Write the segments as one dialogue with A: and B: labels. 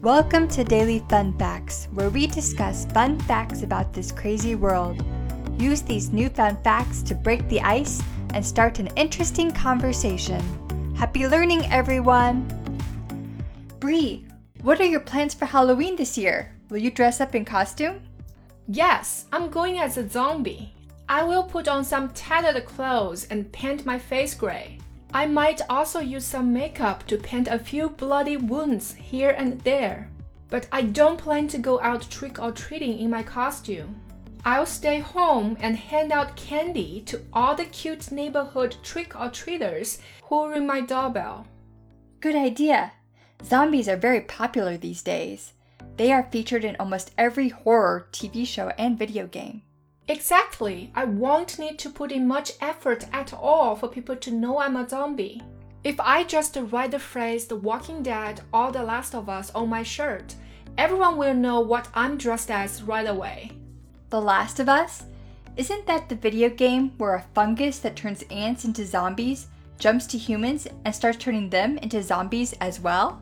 A: Welcome to Daily Fun Facts, where we discuss fun facts about this crazy world. Use these newfound facts to break the ice and start an interesting conversation. Happy learning, everyone! Bree, what are your plans for Halloween this year? Will you dress up in costume?
B: Yes, I'm going as a zombie. I will put on some tattered clothes and paint my face gray. I might also use some makeup to paint a few bloody wounds here and there. But I don't plan to go out trick or treating in my costume. I'll stay home and hand out candy to all the cute neighborhood trick or treaters who ring my doorbell.
A: Good idea. Zombies are very popular these days. They are featured in almost every horror TV show and video game.
B: Exactly. I won't need to put in much effort at all for people to know I'm a zombie. If I just write the phrase The Walking Dead or The Last of Us on my shirt, everyone will know what I'm dressed as right away.
A: The Last of Us? Isn't that the video game where a fungus that turns ants into zombies jumps to humans and starts turning them into zombies as well?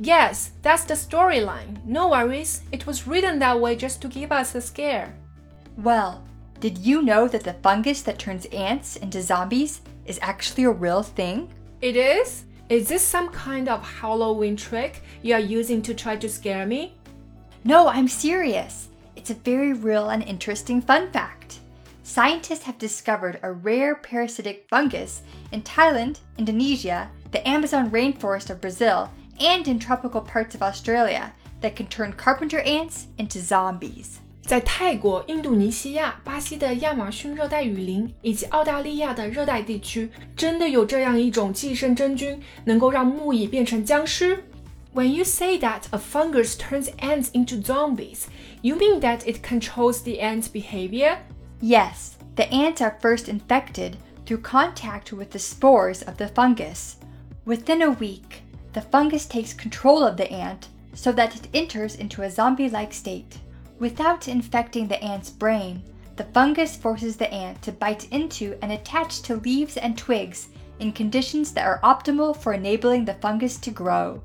B: Yes, that's the storyline. No worries. It was written that way just to give us a scare.
A: Well, did you know that the fungus that turns ants into zombies is actually a real thing?
B: It is? Is this some kind of Halloween trick you are using to try to scare me?
A: No, I'm serious. It's a very real and interesting fun fact. Scientists have discovered a rare parasitic fungus in Thailand, Indonesia, the Amazon rainforest of Brazil, and in tropical parts of Australia that can turn carpenter ants into zombies.
B: 在泰国、印度尼西亚、巴西的亚马逊热带雨林以及澳大利亚的热带地区，真的有这样一种寄生真菌，能够让木蚁变成僵尸。When you say that a fungus turns ants into zombies, you mean that it controls the ants' behavior?
A: Yes, the ants are first infected through contact with the spores of the fungus. Within a week, the fungus takes control of the ant so that it enters into a zombie like state. Without infecting the ant's brain, the fungus forces the ant to bite into and attach to leaves and twigs in conditions that are optimal for enabling the fungus to grow.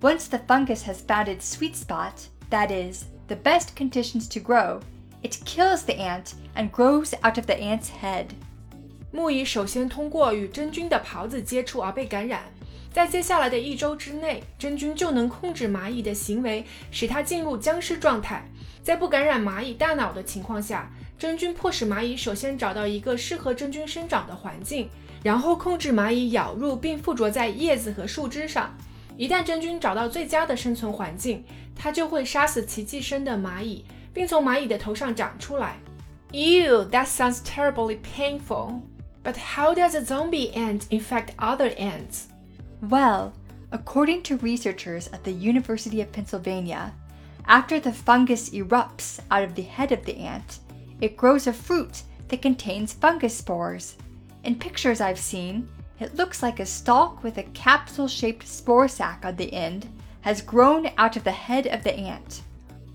A: Once the fungus has found its sweet spot, that is, the best conditions to grow, it kills the ant and grows out of the ant's head.
B: 木蚁首先通过与真菌的孢子接触而被感染，在接下来的一周之内，真菌就能控制蚂蚁的行为，使它进入僵尸状态。在不感染蚂蚁大脑的情况下，真菌迫使蚂蚁首先找到一个适合真菌生长的环境，然后控制蚂蚁咬入并附着在叶子和树枝上。一旦真菌找到最佳的生存环境，它就会杀死其寄生的蚂蚁，并从蚂蚁的头上长出来。Ew, that sounds terribly painful. But how does a zombie ant infect other ants?
A: Well, according to researchers at the University of Pennsylvania, after the fungus erupts out of the head of the ant, it grows a fruit that contains fungus spores. In pictures I've seen, it looks like a stalk with a capsule shaped spore sac on the end has grown out of the head of the ant.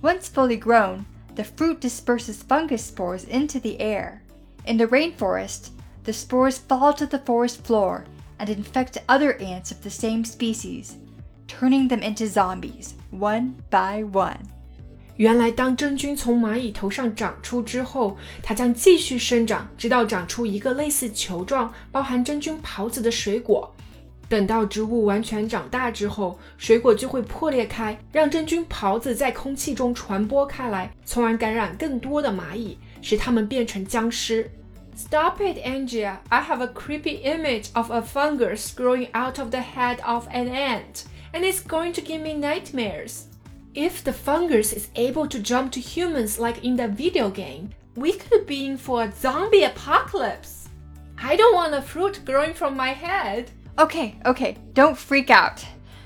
A: Once fully grown, the fruit disperses fungus spores into the air. In the rainforest, the spores fall to the forest floor and infect other ants of the same species, turning them into zombies one by one.
B: 原来，当真菌从蚂蚁头上长出之后，它将继续生长，直到长出一个类似球状、包含真菌孢子的水果。等到植物完全长大之后，水果就会破裂开，让真菌孢子在空气中传播开来，从而感染更多的蚂蚁，使它们变成僵尸。Stop it, Angia! I have a creepy image of a fungus growing out of the head of an ant, and it's going to give me nightmares. If the fungus is able to jump to humans like in the video game, we could be in for a zombie apocalypse. I don't want a fruit growing from my head.
A: Okay, okay, don't freak out.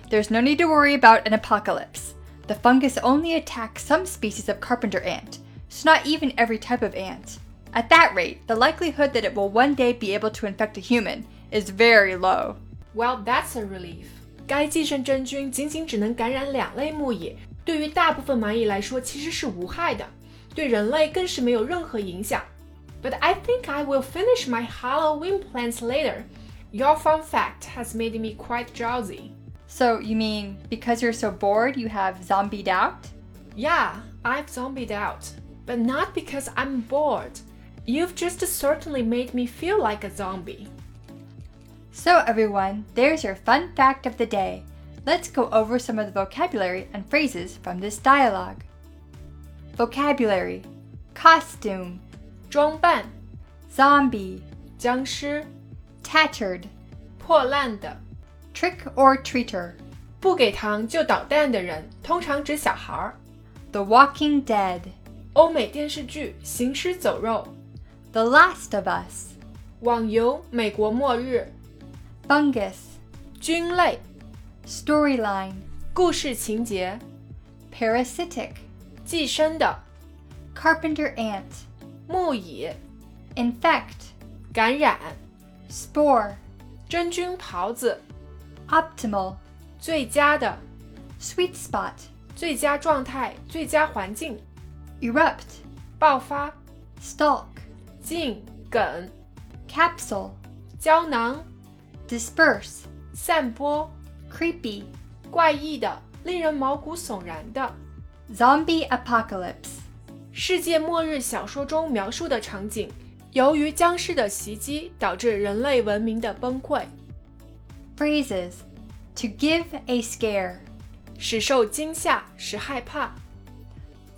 A: There's no need to worry about an apocalypse. The fungus only attacks some species of carpenter ant, so not even every type of ant. At that rate, the likelihood that it will one day be able to infect a human is very low.
B: Well, that's a relief. 该寄生真菌仅仅只能感染两类木蚁，对于大部分蚂蚁来说其实是无害的，对人类更是没有任何影响。But I think I will finish my Halloween plans later. Your fun fact has made me quite drowsy.
A: So you mean because you're so bored, you have zombied out?
B: Yeah, I've zombied out, but not because I'm bored. You've just certainly made me feel like a zombie.
A: So everyone, there's your fun fact of the day. Let's go over some of the vocabulary and phrases from this dialogue. Vocabulary: costume,
B: 装扮、
A: zombie,
B: 僵尸、
A: tattered,
B: 破烂的、
A: trick or treater,
B: 不给糖就捣蛋的人，通常指小孩儿。
A: The Walking Dead,
B: 欧美电视剧《行尸走肉
A: The Last of Us,》、
B: 网游《美国末日
A: fungus,》、
B: 菌类、
A: storyline,
B: 故事情节、
A: parasitic,
B: 寄生的、
A: carpenter ant,
B: 木蚁、
A: infect,
B: 感染、
A: spore,
B: 真菌孢子、
A: optimal,
B: 最佳的、
A: sweet spot,
B: 最佳状态、最佳环境、
A: erupt,
B: 爆发、
A: stalk,
B: 茎、梗、
A: capsule,
B: 胶囊、
A: disperse,
B: 散播、
A: creepy,
B: 怪异的、令人毛骨悚然的。
A: zombie apocalypse,
B: 世界末日小说中描述的场景，由于僵尸的袭击导致人类文明的崩溃，
A: phrases, to give a scare,
B: 使受惊吓，使害怕，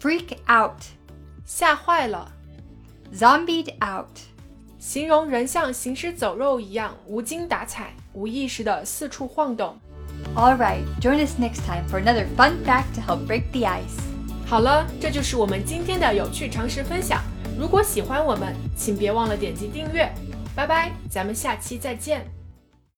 A: freak out,
B: 吓坏了，
A: zombied out,
B: 形容人像行尸走肉一样无精打采、无意识的四处晃动。
A: All right, join us next time for another fun fact to help break the ice.
B: 好了，这就是我们今天的有趣常识分享。如果喜欢我们，请别忘了点击订阅。拜拜，咱们下期再见。